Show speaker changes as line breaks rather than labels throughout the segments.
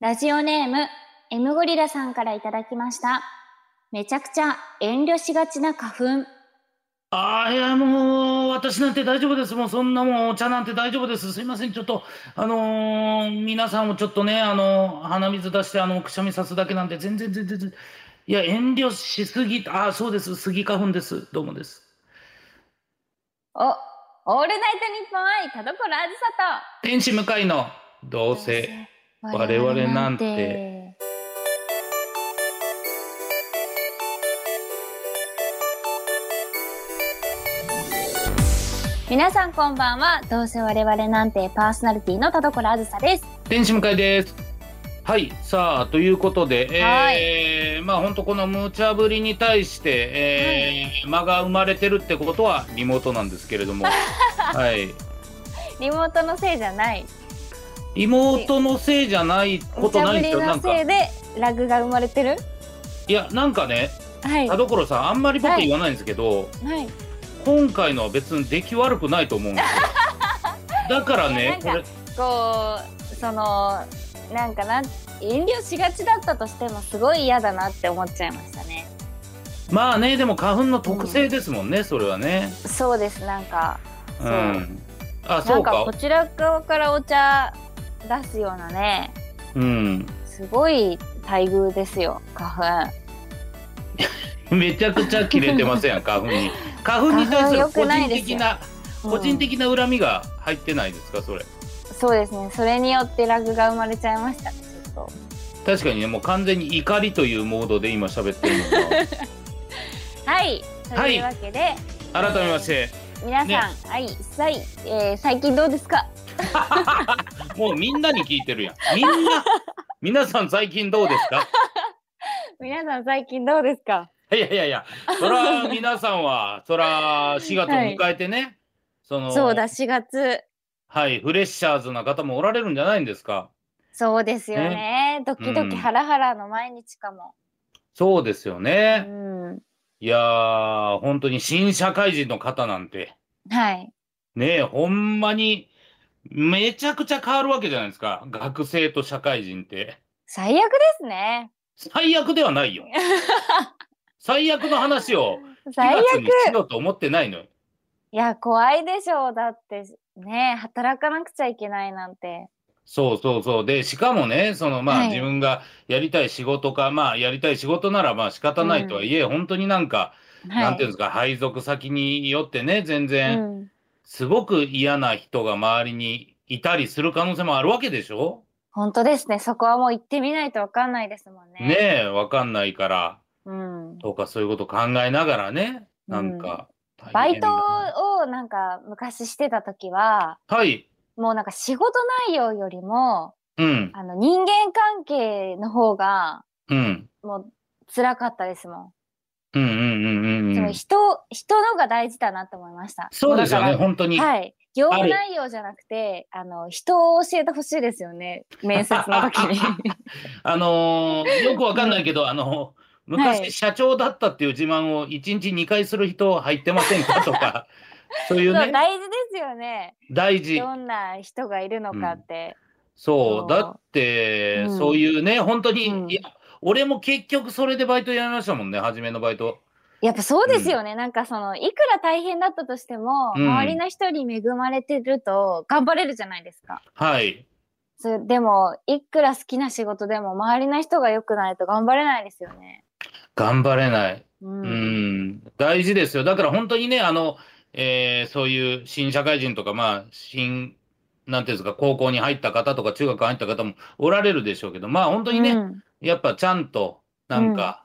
ラジオネーム、M ゴリラさんからいただきました。めちゃくちゃ遠慮しがちな花粉。
ああ、いや、もう、私なんて大丈夫です。もう、そんなもん、お茶なんて大丈夫です。すいません、ちょっと、あのー皆さんをちょっとね、あのー鼻水出して、あの、くしゃみさすだけなんで、全然、全然、全然いや、遠慮しすぎ、ああ、そうです。スギ花粉です。どうもです。
お、オールナイトニッポン愛、田所あずさ
天使向かいの、ど
と。
うせ、
我
我々なんて。
皆さんこんばんは。どうせ我々なんてパーソナリティの田所あずさです。
天使向かいです。はい、さあ、ということで、
はい
えー、まあ、本当この無茶ぶりに対して、えー間が生まれてるってことは、リモートなんですけ れども、はい。
リモートのせいじゃない。
妹のせいじゃないこ
無
と
茶
な
ぶ
いんです
り
よなん
の
か
せい
い
でラグが生まれてる。
やなんかね
はい。
田
はい。
所さんあんまり僕
はい
言わないんですけど、今回のは別に出来悪くないと思うんです よだから
いやな
ね
ん
こ
か
れ
こうそのなんかなん遠慮しがちだったとしてもすごい嫌だなって思っちゃいましたね。
まあねでも花粉の特性ですもんね、それはね
そうですなんか
う
そうん
あ
な
そ
ん
うか
かこちら側からお茶出すようなね
うん
すごい待遇ですよ花
めちゃくちゃ切れてませ ん花粉に花粉に対する
花粉
個
良くない
人
です
的
よ
な
粉。
個人
うん
的な恨みが入ってないですかそれ
そうですねそれによってラグが生まれちゃいましたねちょっと
確かにねもう完全に怒りというモードで今喋ってるのが
はいと
はい
いうわけで、
改めまして
皆さん、
ね
はいさい、えー最近どうですか
もうみんなに聞いてるやん。みん な、皆さん最近どうですか
皆さん最近どうですか
いやいやいや、そら皆さんは、そら4月を迎えてね、その、
そうだ4月
はい、フレッシャーズな方もおられるんじゃないんですか
そうですよね。ドキド
うん
キハラハラの毎日かも。
そうですよね。
うん。
いやー、本当に新社会人の方なんて、
はい。
ねえ、ほんまに、めちゃくちゃ変わるわけじゃないですか。学生と社会人って。
最悪ですね。
最悪ではな いよ。最悪の話を
最
4
悪。
月にしようと思ってないのよ。
いや、怖いでしょう。だって、ね、働かなくちゃいけないなんて。
そうそうそう。で、しかもね、そのまあ、
はい
自分がやりたい仕事か、まあやりたい仕事ならまあ仕方ないとはいえ、本当になんか、
は
なんていうんですか、配属先によってね、全然、
うん。
すごく嫌な人が周りにいたりする可能性もあるわけでしょ
本当ですね。そこはもう行ってみないとわかんないですもんね。
ねえ、わかんないから、
うん。
とかそういうこと考えながらね、なんか、
バ
大
イ
変だ
ト
な
をなんか昔してた時は、
はい、
もうなんか仕事内容よりも、
うん、
あの人間関係の方が、
うん、
もう辛かったですもん。
うん、うん、うん、うん
そうの
ん。
人、人のが大事だなと思いました。
そうですよね、
だか
本当に。
ら。はい。業
あ
務
る
内容じゃなくて、あの、人を教えてほしいですよね。面接の時 に。
あのーよくわかんないけど、あの
は
昔
い
社長だったっていう自慢を1日2回する人入ってませんか とかそうい
そうう
ね
大事ですよね。
大事
どんな人がいるのかって。
そ
そう
うだって、
うん
そういうね本当に、
うん
いや俺も結局それでバイトやめましたもんね初めのバイト
やっぱそうですよね。なんかその、いくら大変だったとしても、
うん
周りの人に恵まれてると頑張れるじゃないですか。
はい
それでも、いくら好きな仕事でも、周りの人が良くないと頑張れないですよね。
頑張れないううん、
ん。
大事ですよだから本当にねあの、えーそういう新社会人とかまあ新なんていうんですか高校に入った方とか中学入った方もおられるでしょうけどまあ本当にね、
うん
やっぱちゃんとなんか、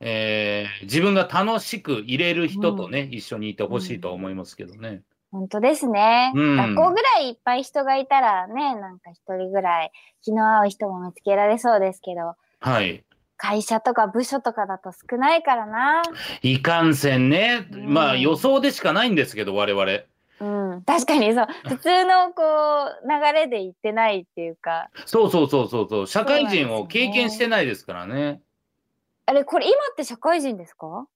えー自分が楽しくいれる人とね、一緒にいてほしいとは思いますけどね。
本当ですね、
うん
学校ぐらいいっぱい人がいたらね、なんか一人ぐらい気の合う人も見つけられそうですけど、
はい。
会社とか部署とかだと少ないからな。
いかんせんね、
うん
まあ予想でしかないんですけど我々。
うん。確かにそう。 普通のこう、流れで行ってないっていうか、
そうそうそうそうそう社会
そう
人
なん
を
ですよね
経験してないですからね。
あれ、これ今って社会人ですか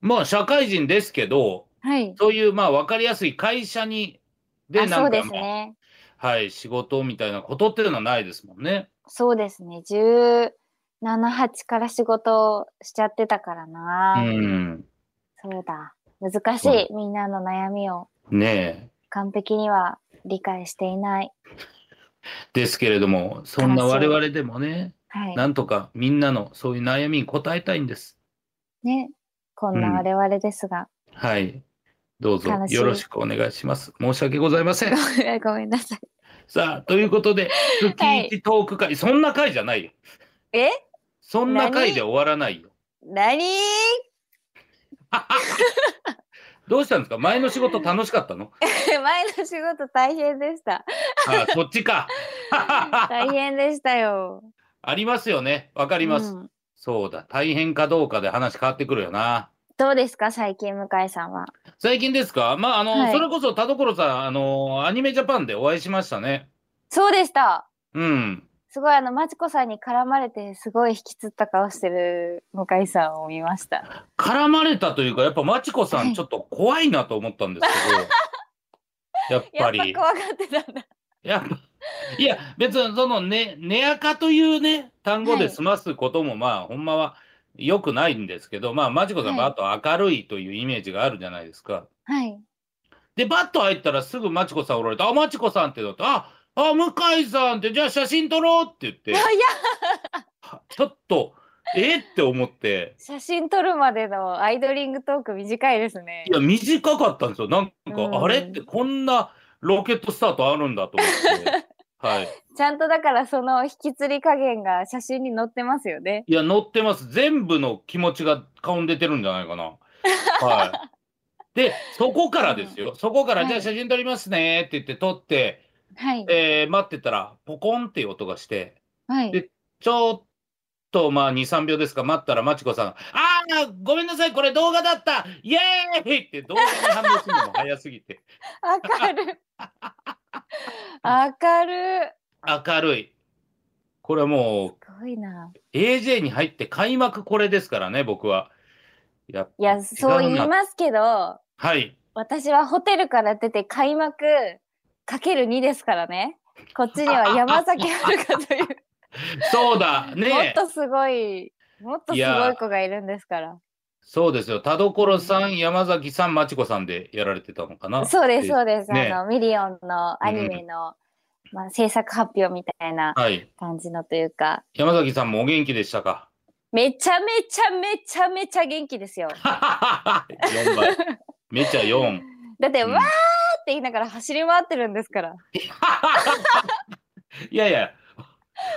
まあ社会人ですけど
はい。
そういうまあ分かりやすい会社にで
あ
な
そうん
か
です
まあ
ね。
はい仕事みたいなことっていうのはないですもんね。
そうですね178から仕事しちゃってたからな、
うん。
そうだ難しい、みんなの悩みを
ね
完璧には理解していない
え。ですけれども、そんな我々でもね、
はい
なんとかみんなのそういう悩みに応えたいんです。
ねこんな
うん
我々ですが、
はい。どうぞ
悲しい
よろしくお願いします。申し訳ございません。
ごめんなさい
さあ、ということで、月一トーク会、そんな会じゃないよ。
え
そんな会で終わらないよ。
何
どうしたんですか前の仕事楽しかったの
前の仕事大変でした
ああ、そっちか。
大変でしたよ
ありますよね。わか
あ
ります、そうだ。大変かどうかで話変わってくるよな。
どうですか最近向井さんは
最近ですかまあ、あの、
はい
それこそ田所さん、あの、アニメジャパンでお会いしましたね。
そうでした
うん。
すごいあのマチコさんに絡まれてすごい引きつった顔してる向井さんを見ました
絡まれたというか、やっぱまちこさ
は
ん、
い
ちょっと怖いなと思ったんです けど。やっ
やっ
ぱ
ぱ
り。
怖がってたんだ
やっぱいや、別にそのね、寝垢というね、単語で済ますことも、まあ、ほんまは良くないんですけど、まあ、マチコさん、
は
バッと明るいというイメージがあるじゃないですか。
はい
で、バッと入ったらすぐマチコさんおられて、あ、マチコさんってなって、あ、あ、向井さんって、じゃあ写真撮ろうって言っ
い
て
や、いや
はちょっと、えって思って、
写真撮るまでのアイドリングトーク短いですね
いや、短かったんですよ。なんか、
うん
あれって、こんなロケットスタートあるんだと思 って。はい。
ちゃんとだからその引きつり加減が写真に載ってますよね
いや、乗ってます。全部の気持ちが顔に出てるんじゃないかな。はい。で、そこからですよ。そこから、
はい
じゃあ写真撮りますねって言って撮って、
はい
えー待ってたら、ポコンっていう音がして、
はい
でちょっと、まあ、2、3秒ですか、待ったら、まちこさん、ああ、ごめんなさい、これ動画だったイエーイって動画に反応するのも早すぎて、
明る い明るい
明るい。これも
すごいな
う、AJ に入って開幕これですからね、僕は。やっぱ
いやそう言いますけど
はい。
私はホテルから出て開幕かける2ですからねこっちには山崎はるかという
そう だ、ね
も
え
っとすごいもっとすごい子がいるんですから
そうですよ。田所さん、山崎さん、まちこさんでやられてたのかな。
そうです
え
そうです、
ね
あのミリオンのアニメの、まあ、制作発表みたいな
はい。
感じのというか
山崎さんもお元気でしたか。
めちゃめちゃめちゃめちゃ元気ですよ
四倍。めちゃ四。
だって、
うん
わーって言いながら走り回ってるんですから
いやいや。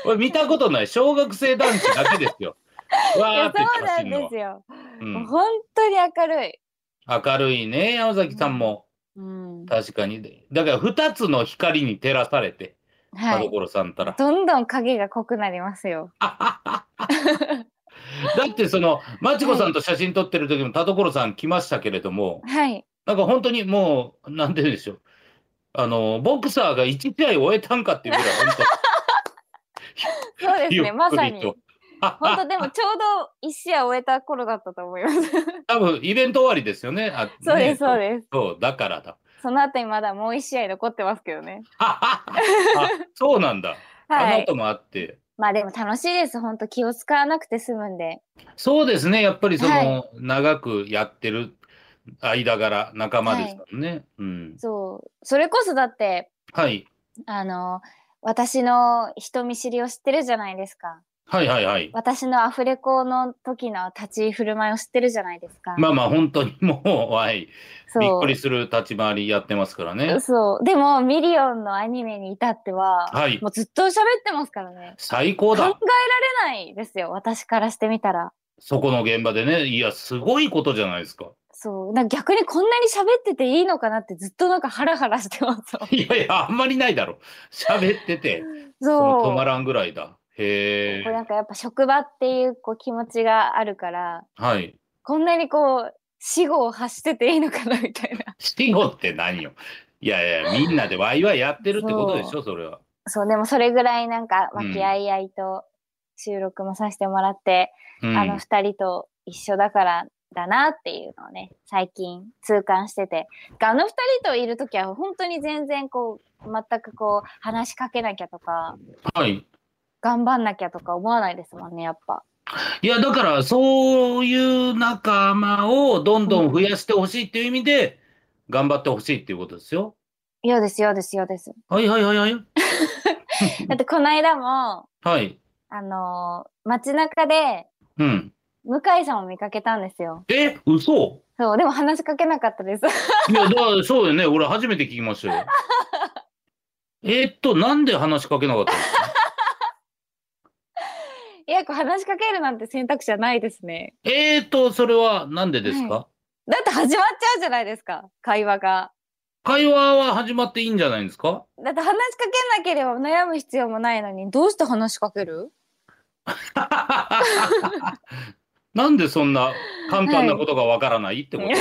俺見たことない小学生男子だけです よ。
い
わー
や
っ
そ
て
うな
走
ん
るの
で
は
す。よ、
うん
もう本当に明るい、
明るいね、山崎さんも。
うん、
確かに。だから二つの光に照らされて、田
はい
所さんたら。
どんどん影が濃くなりますよ
だってそのマチコさんと写真撮ってる時も田所さん来ましたけれども、
はい
なんか本当にもうなんて言うんでしょうあのボクサーが1試合終えたんかっていうぐら
そ
い本
うで
当
すねまさ
ゆっくりと
に本当でもちょうど一試合終えた頃だったと思います
多分イベント終わりですよねあ
そうで
ね
すそうです
そうだからだ
その後にまだもう一試合残ってますけどね
あそうなんだ、あ
は
の
い
音もあって
まあでも楽しいです本当気を使わなくて済むんで
そうですねやっぱりその、
は
長くやってる間柄仲間ですからね、うん
そうそれこそだって
はい
あの私の人見知りを知ってるじゃないですか
はいはいはい
私のアフレコの時の立ち居振る舞いを知ってるじゃないですか、
まあまあ本当にもうはい
そう
びっくりする立ち回りやってますからね。
そうでもミリオンのアニメに至っては、
はい。
もうずっと喋ってますからね
最高
考えら
だ
れ。ないですよ私からしてみたら
そこの現場でね。いや、すごいことじゃないですか。
そうなんか逆にこんなに喋ってていいのかなってずっとなんかハラハラして ますもん
いやいや、あんまりないだろ。喋ってて、その
そう
止まらんぐらいだ。へ
こう
え
な。んかやっぱ職場っていうこう気持ちがあるから
はい。
こんなにこう死後を発してていいのかなみ たいな
死後って何よ。いやいや、みんなでワイワイやってるってことでしょ、それは。
そうでもそれぐらいなんか和
うん
気あいあいと収録もさせてもらって、
う
あの
ん。
二人と一緒だからだなっていうのをね最近痛感しててあの二人といる時は本当に全然こう全くこう話しかけなきゃとか
はい。
頑張んなきゃとか思わないですもんねやっぱ。
いやだからそういう仲間をどんどん増やしてほしいっていう意味で頑張ってほしいっていうことですよ。
嫌です嫌です嫌です。
はいはいはいはい。
だってこの間も
はい。
あのー街中で
うん。
向井さんを見かけたんですよ。
え嘘
そうでも話しかけなかったです。
いやだからそうよね俺初めて聞きました よ。えっとなんで話しかけなかったんですか
いやこう話しかけるなんて選択肢はないですね。
えっとそれはなんでですか、
だって始まっちゃうじゃないですか会話が。
会話は始まっていいんじゃないんです か
だって話しかけなければ悩む必要もないのにどうして話しかける
なんでそんな簡単なことがわからないってこと、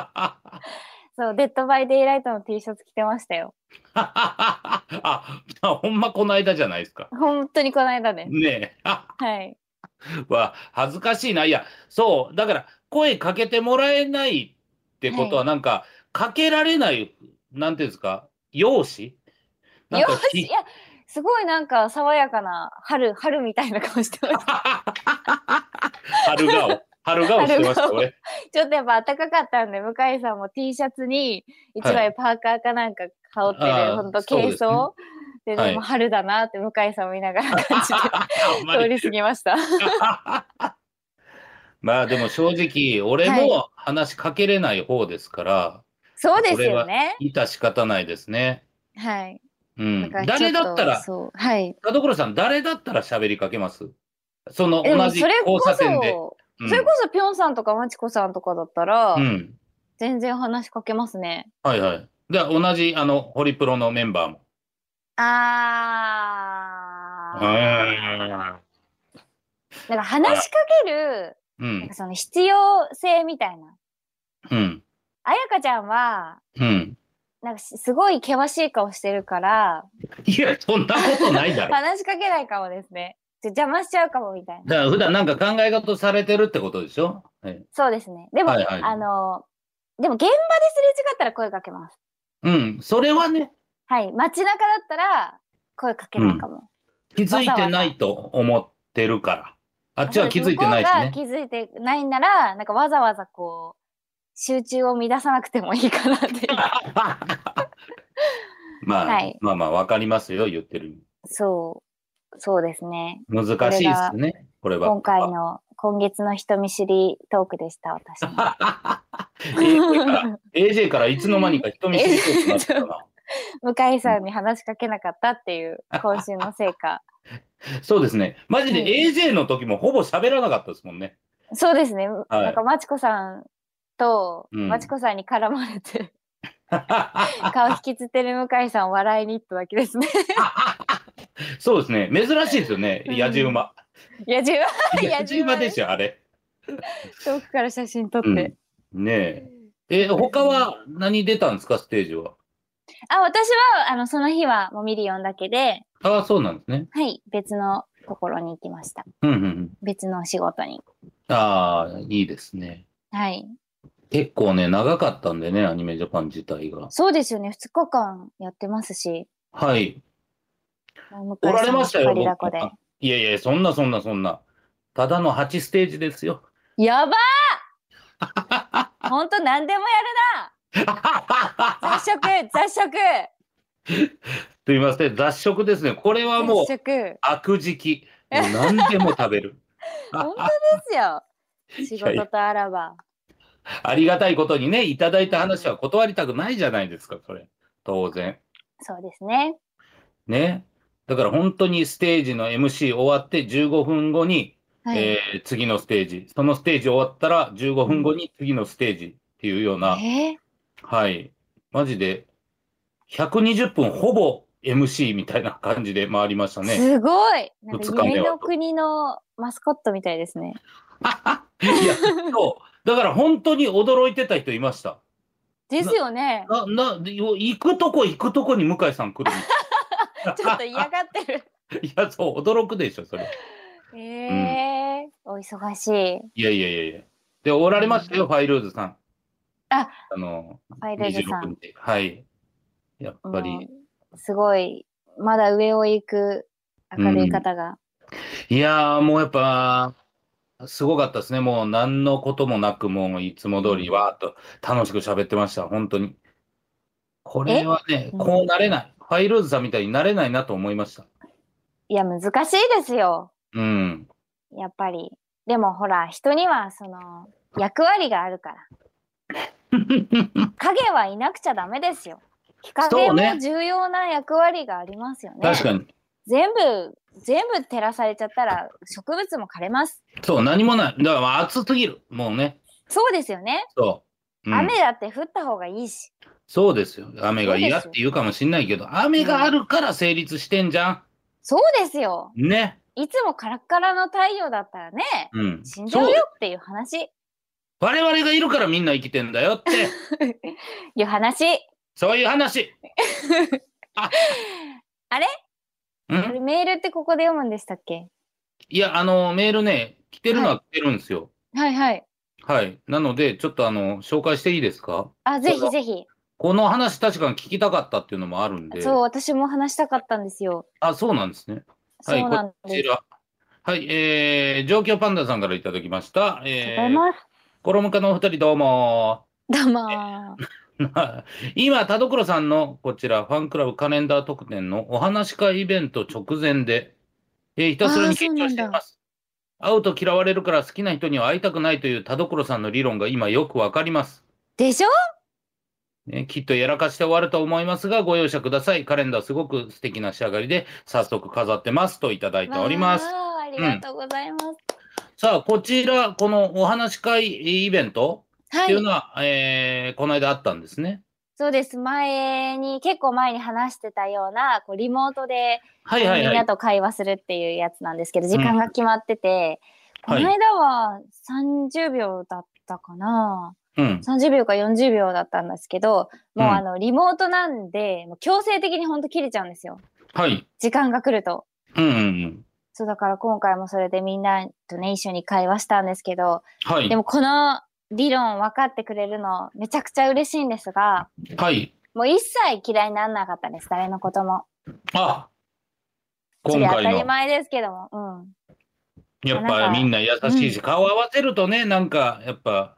そうデッドバイデイライトの T シャツ着てましたよ。
あほんまこの間じゃないですか。
本当にこの間ね。
ねえ。
はい。
は恥ずかしいな。いやそうだから声かけてもらえないってこと
は
はなんか、かけられないなんていうんですか容姿なんか
容姿いやすごいなんか爽やかな春春みたいな顔してました。
春顔春顔してました俺。
ちょっとやっぱ暖かかったんで向井さんも T シャツに一枚パーカーかなんか羽織ってる、
あー
ほんと
そう
軽
ですね
装で,、
はい
でも春だなって向井さんを見ながら感じて
あんま
通
り
り過ぎました。
まあでも正直俺も話しかけれない方ですから、
そうですよね。
い、た仕方ないですね。
はい。
うん、
から
誰だったら
ちょっとそうはい。
田所さん誰だったら喋りかけますその
えでも
同じ
それ
交
こ
差
そ、
点で。うん
それこそぴょんさんとかまちこさんとかだったら、
うん、
全然話しかけますね。
はいはい。で同じあのホリプロのメンバーも。
あ
う
ー。
ん
なんか話しかける、
う
なん
ん
かその必要性みたいな。
うん
あやかちゃんは、
うん。
なんかしすごい険しい顔してるから、
いやそんなことな いだろ。
話しかけないかもですね。ちょ邪魔しちゃうかもみたいな。
だから普段なんか考え事されてるってことでしょ、はい、
そうですね。でも、
はいはい
あの、でも現場ですれ違ったら声かけます。
うんそれはね
はい。街中だったら声かけないかも。
気づいてないと思ってるから。あっちは気づいてないし ね。
向こうが気づいてないなら、なんかわざわざこう、集中を乱さなくてもいいかなっていう。
まあ、
はい
まあまあわかりますよ言ってる
そう。そうですね。
難しいですねこれは
今回 の、今月の人見知りトークでした、私 の。
AJ から AJ からいつの間にか人見知りそうになった な
向井さんに話しかけなかったっていう、今週の成果。
そうですねマジで
うん
AJ の時もほぼ喋らなかったですもんね
そうですね。
い
なんか、まちこさんと、
うん
まちこさんに絡まれて、顔引きつってる向井さんを笑いに行っただけですね。
そうですね珍しいですよね
うん
野じ 馬
野獣は
野じ馬でしょあれ、
遠くから写真撮っ
うん、
て
ね。ええ他は何出たんですかステージは
あ、私は、あの、その日はもうミリオンだけで、
ああそうなんですね
はい、別のところに行きました。
うんうんうん
別のお仕事に。
ああいいですね
はい。
結構ね、長かったんでね、アニメジャパン自体が。
そうですよね、2日間やってますし。
はい。
お
おられましたよ、
リだこ
僕
で。
あいやいや、そんなそんなそんな。ただの8ステージですよ。
やばー ほんと何でもやるな雑食雑食
すいません、雑食ですね。これはもう
雑食で
悪食き。もう何でも食べ る
本すよ。 仕
い
事
やいや
とあらば。
ありがたいことにね、いただいた話は断りたくないじゃないですか、それ。当然。
そうですね。
ね。だから本当にステージの MC 終わって15分後に、
はい。
えー次のステージ、そのステージ終わったら15分後に次のステージっていうような、
え
はい、マジで120分ほぼ MC みたいな感じで回りました
ー
ね。
すごいなん
二
か
日目は
夢の国のマスコットみたいですね。
いや、そう、だから本当に驚いてた人いました。
ですよ ね。
な、な、行くとこ行くとこに向井さん来る みたいな
ちょっと嫌がってる。
いや、そう、驚くでしょ、それ。
ええお忙しい。
いやいやいやいや。で、おられましたよ、ファイルーズさん。
あ、
あの、
ファイルーズさ
26
ん。
日はい。やっぱり。
うんすごい、まだ上を行く明るい方が。
いやーもうやっぱすごかったですね。もう何のこともなく、もういつも通りわーっと楽しく喋ってました。本当に。これはね、
え
こうなれない。ファイローズさんみたいになれないなと思いました。
いや、難しいですよ。
うん。
やっぱり。でもほら、人にはその役割がある から。影はいなくちゃダメですよ。日陰
そうね
も重要な役割がありますよね。
確かに。
全部、全部照らされちゃったら植物も枯れます。
そう、何もない。だから暑すぎる。もうね。
そうですよね。
そう。うん
雨だって降った方がいいし。
そうですよ。雨が嫌って言うかもしんないけど、雨があるから成立してんじゃ
そうですよ。
ん。ね。
いつもカラッカラの太陽だったらね、
うん。
死んじゃう
そう
よっていう話。
我々がいるからみんな生きてんだ よって、
いう話。
そうい う話。あ
あれ
う
こ
ん
れメールってここで読むんでしたっけ
いや、あの、メールね、来てるのは来てるんですよ。
はいはい。
はい。なので、ちょっとあの、紹介していいですか
あ、ぜひぜひ。
この話確かに聞きたかったっていうのもあるんで。
そう、私も話したかったんですよ。
あ、そうなんですね。はい、
そうなん
こ
で
ち
す。
ら。はい、えー、状況パンダさんからいただきました。
ありが
え
とうござい
ー、
ます。
コロムカのお二人どうも。
どうもー。
今、田所さんのこちら、ファンクラブカレンダー特典のお話し会イベント直前で、えーひたすらに緊張しています。会うと嫌われるから好きな人には会いたくないという田所さんの理論が今よくわかります。
でしょ
ね、きっとやらかして終わると思いますが、ご容赦ください。カレンダーすごく素敵な仕上がりで、早速飾ってますといただいております。
わーありがとうございます。
さあ、こちら、このお話し会イベントっ
は
ていう
い。
のは、えーこの間あったんですね。
そうです。前に、結構前に話してたような、こうリモートで、
はいはい
みん
は。
ないと会話するっていうやつなんですけど、時間が決まってて、
はい
この間は30秒だったかな。
うん。
30秒か40秒だったんですけど、もううんあの、リモートなんで、もう強制的にほんと切れちゃうんですよ。
はい。
時間が来ると。
うんうんうん。
そうだから今回もそれでみんなとね、一緒に会話したんですけど、
はい
で。もこの理論分かってくれるのめちゃくちゃ嬉しいんですが、
はい。
もう一切嫌いにならなかったです、誰のことも。
あ
そ
今
れ当た
回
り
の。
前ですけども、うん。
やっぱみんな優しいし、顔合わせるとね、なんかやっぱ、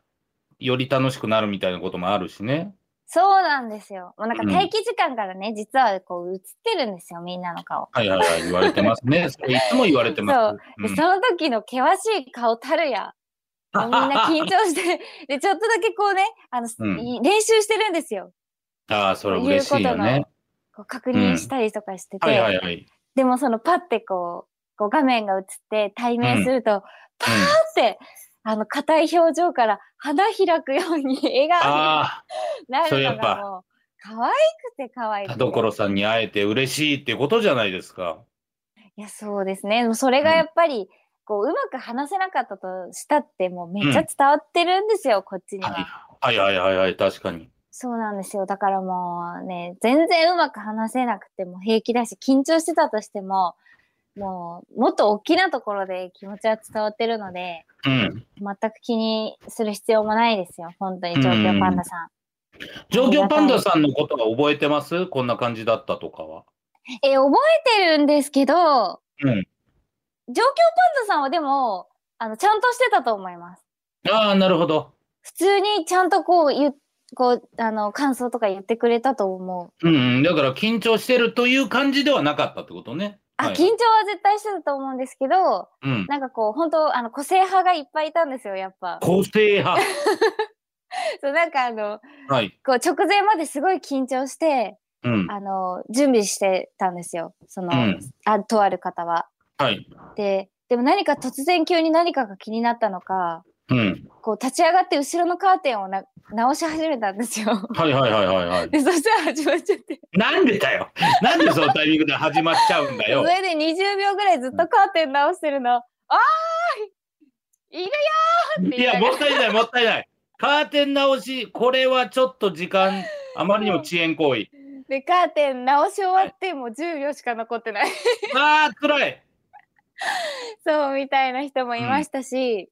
より楽しくなるみたいなこともあるしね。
そうなんですよ。もうなんか
うん
待機時間からね、実はこう映ってるんですよ、みんなの顔。
はいはいはい、言われてます ね。それいつも言われてます。う
で
ん
その時の険しい顔たる や。もうみんな緊張して、 で、ちょっとだけこうね、あの、
うん
い練習してるんですよ。
ああ、それ嬉しいよね。
こう確認したりとかしてて。
はいはい はい。
でもそのパッてこう、こう画面が映って対面すると、パーって、あの、硬い表情から花開くように笑顔
あ
にな
それ
る
や
の
っ
が
ぱ
もう、可愛くて可愛
あ、
くて。
田所さんに会えて嬉しいってことじゃないですか。
いや、そうですね。でもそれがやっぱり、こう、うまく話せなかったとしたって、もうめっちゃ伝わってるんですよ、こっちには。
はいはいはいはい、確かに。
そうなんですよ。だからもうね、全然うまく話せなくても平気だし、緊張してたとしても、もう、もっと大きなところで気持ちは伝わってるので、
うん。
全く気にする必要もないですよ。本当に、状況パンダさん。
状況パンダさんのことは覚えてますこんな感じだったとかは。
え、覚えてるんですけど、状
うん。
況パンダさんはでも、あの、ちゃんとしてたと思います。
ああ、なるほど。
普通にちゃんとこう、言っこう、あの、感想とか言ってくれたと思う。
うんうん、だから緊張してるという感じではなかったってことね。
あ、
はい
緊張は絶対してたと思うんですけど、
うん。
なんかこう、本当あの、個性派がいっぱいいたんですよ、やっ ぱ。
個性派。
そう、なんかあの、
はい。
こう、直前まですごい緊張して、
うん。
あの、準備してたんですよ。その、
うん
あとある方は。
はい。
で、でも何か突然急に何かが気になったのか、
うん。
こう、立ち上がって後ろのカーテンをな直し始めたんですよ。
はいはいはいはいはい。
で、そしたら始まっちゃって、
なんでだよ。なんでそのタイミングで始まっちゃうんだ
そ
よ。
れで20秒ぐらいずっとカーテン直してるの。あーいいるよーって
い
言いなが
や、
ら
もったいない、もったいない。カーテン直し、これはちょっと時間、あまりにも遅 延行為。
で、カーテン直し終わって、もう10秒しか残ってない。
ああ、辛い。
そうみたいな人もいましたし、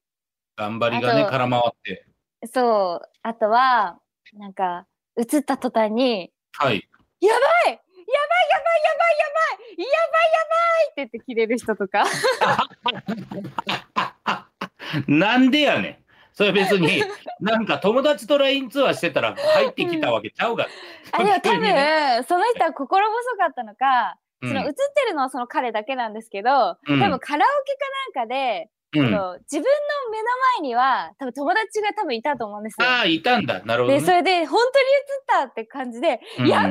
頑張りがね、
あと
空回って。
そうあとはなんか映った途端に
はい。
「やばいやばいばいやばいやばいやばいやばいやばいって言って切れる人 とか
なんでやねん。それは 別に、なんか友達と LINE 通話してたら入ってきたわけちゃうが。
あでも多
急にね
分その人は心細かったのか、
うん
その映ってるのはその彼だけなんですけど、
うん
多分カラオケかなんかで、
うん
そう自分の目の前には多分友達が多分いたと思うんですよ。
ああ、いたんだ。なるほど、
でそ
ね。
れで本当に映ったって感じで
うん
やばい「はい」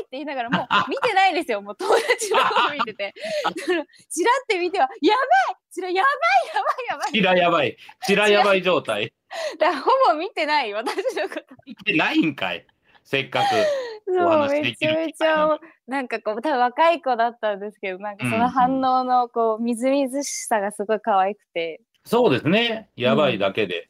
って言いながらもう見てないんですよもう友達の方見ててそのちらって見ては「やばい!」ちら「やばいやばいやばい」
ちらやばい。ちらやばい状態。
だからほぼ見てない私のこと
いてないんかい。せっかく。お
そう
話で
め
き
ちゃ
る
め
機
ち
会なの
ゃなんかこう多分若い子だったんですけどなんかその反応のこうみずみずしさがすごい可愛くて
そうですね。やばいだけで。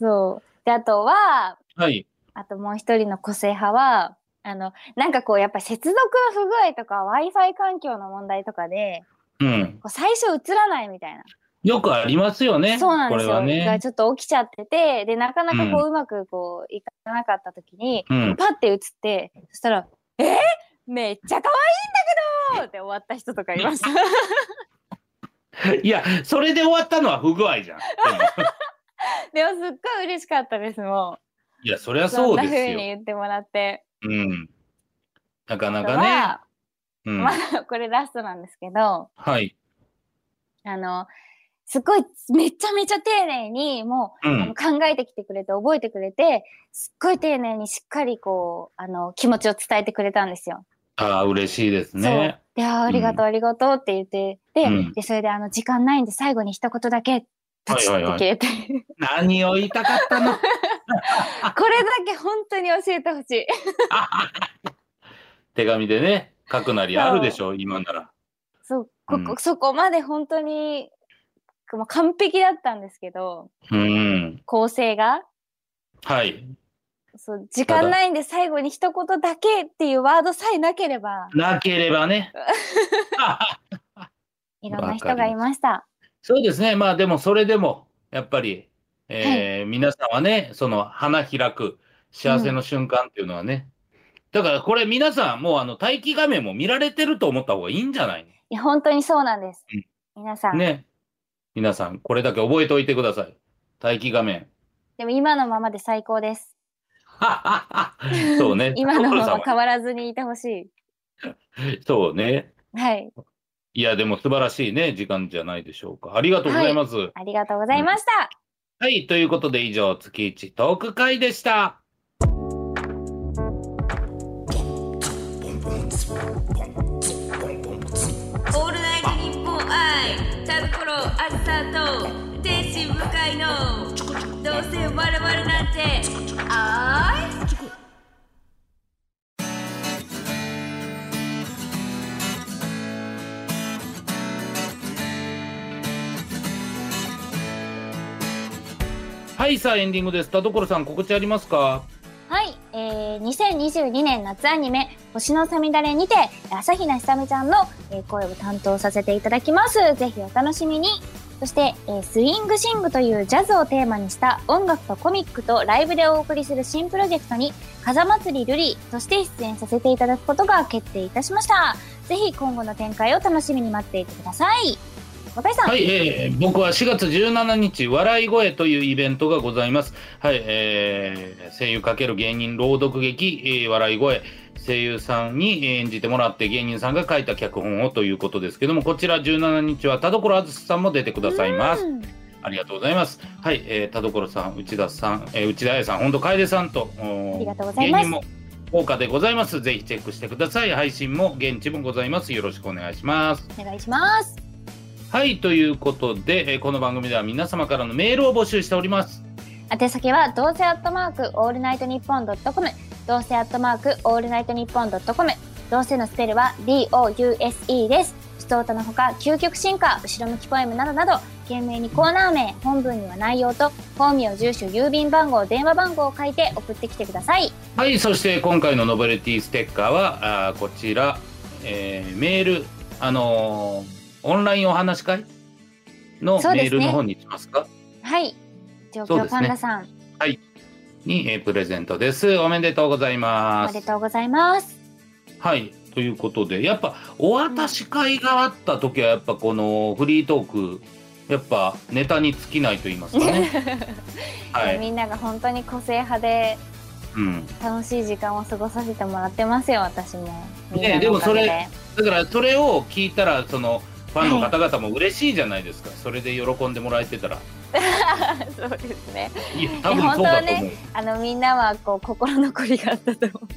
そうであとは
はい。
あともう一人の個性派はあのなんかこうやっぱ接続の不具合とか w i f i 環境の問題とかで
うん。
こう最初映らないみたいな
よくありますよね。
そうなん
こ
で
れ
すよ、
は
が
ね。
ちょっと起きちゃっててでなかなかこう、
う
うまくこういかなかった時に
うん。
パッて映ってそしたら「えー、めっちゃ可愛いんだけど!」って終わった人とかいま した。
いや、それで終わったのは不具合じゃん。でも
でもすっごい嬉しかったですも
いや、そりゃ
う。
そうん
な風
です
に
よ。
言ってもらって。
うん。なかな
あと
か
は、
ね。うん。
まあこれラストなんですけど、
はい。
あの、すごいめちゃめちゃ丁寧にも
う
う、あの
ん。
考えてきてくれて覚えてくれてすっごい丁寧にしっかりこうあの気持ちを伝えてくれたんですよ。
ああ、嬉しいですね。
であーありがとうありがとうって言ってで,、
うん
でそれであの時間ないんで最後に一言だけパチ
はいは
ッ
いは
て
い
切れて、
何を言いたかったの
これだけ本当に教えてほしい。
手紙でね、書くなりあるでしょ、今なら。
そうここ、
うん
そこまで本当にもう完璧だったんですけど
うん。
構成が
はい。
そう時間ないんで最後に一言だけっていうワードさえなければ
なければね。
いろんな人がいました。
そうですね。まあでもそれでも、やっぱり、えー皆さんはね、その花開く幸せの瞬間っていうのはね。だからこれ皆さんもうあの待機画面も見られてると思った方がいいんじゃない
いや本当にそうなんです。
うん
皆さん、
ね。皆さんこれだけ覚えておいてください。待機画面。
でも今のままで最高です。。
そうね
今のま
所さん
ま
は
変わらずにいてほしい。
そうね。
はい、
いや、でも素晴らしいね、時間じゃないでしょうか。ありがとうございます。はい、
ありがとうございました。
ということで以上、月一トーク会でした。
オールナイトニッポン愛タルコロアスターと天使向かいのどうせ我々なんてあい
はい、さあ、エンディングです。田所さん、告知ありますか
はい、えー、2022年夏アニメ「星のさみだれ」にて朝比奈ひさみちゃんの、えー声を担当させていただきますぜひお楽しみにそして、えースイングシングというジャズをテーマにした音楽とコミックとライブでお送りする新プロジェクトに風祭りルリとして出演させていただくことが決定いたしましたぜひ今後の展開を楽しみに待っていてください若井さん、
はい、えー僕は4月17日、笑い声というイベントがございます。はい、えー声優×芸人朗読劇、えー笑い声。声優さんに演じてもらって芸人さんが書いた脚本をということですけどもこちら17日は田所あずさんも出てくださいます
うん
ありがとうございます。はい、えー、田所さん、内田さん、えー、内田彩さん、本当楓さんと、おー
ありがとうございます
芸人も豪華でございます。ぜひチェックしてください。配信も現地もございます。よろしくお願いします。
お願いします
はい、ということで、えーこの番組では皆様からのメールを募集しております。
宛先はどうせアットマークオールナイトニッポンドットコムどうせアットマークオールナイトニッポンドットコムどうせのスペルは DOUSE ですストータのほか究極進化後ろ向きポエムなどなど懸命にコーナー名本文には内容と本名住所郵便番号電話番号を書いて送ってきてください
はい、そして今回のノベルティステッカーは、あーこちら、えーメール、あのーオンラインお話し会の
そうですね
メールの方に行きますか
はい状
そう
況
ですね
パンダさん、
に、えープレゼントです。おめでとうござい
お
ま
め
す
で。とうございます
はい、ということでやっぱお渡し会があった時はやっぱこのフリートークやっぱネタに尽きないと言います かね。はい、
みんなが本当に個性派で
うん、
楽しい時間を過ごさせてもらってますよ私もみん
ね
な
で
の
も
おかげで、
そだからそれを聞いたらそのファンの方々も嬉しいじゃないですか、それで喜んでもらえてたら
そうですね
いや多分そうだと思う、
あのみんなはこう心残りがあったと思う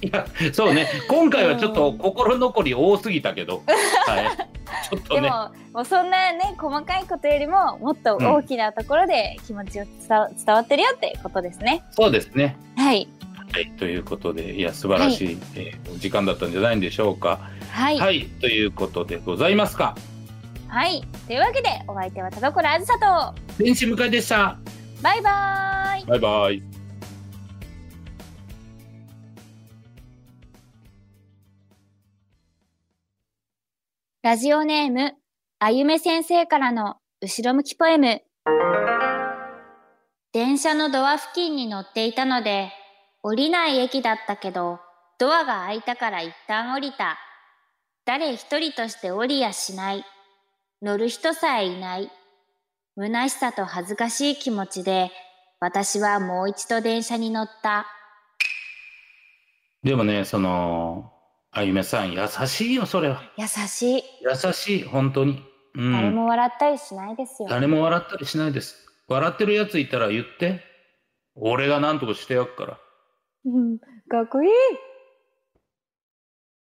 いやそうね今回はちょっと心残り多すぎたけど、はいちょっ
で
とね
ももうそんなね細かいことよりももっと大きなところで気持ちを伝わ伝わってるよってことですね。
そうですね
はい、
はい、ということで、いや、素晴らしい、えーお時間だったんじゃないんでしょうか。
は
はい、
い、
ということでございますか。
はい、というわけでお相手は田所あずさと
電子迎えでした。
バイバーイ
バイバイ。
ラジオネームあゆめ先生からの後ろ向きポエム電車のドア付近に乗っていたので降りない駅だったけどドアが開いたから一旦降りた誰一人として降りやしない乗る人さえいない虚しさと恥ずかしい気持ちで私はもう一度電車に乗った
でもね、その、あゆめさん、優しいよ、それは。
優しい
優しい、本当に。うん。
誰も笑ったりしないですよ、
誰も笑ったりしないです。笑ってるやついたら言って。俺が何とかしてやっから。
うん、かっこいい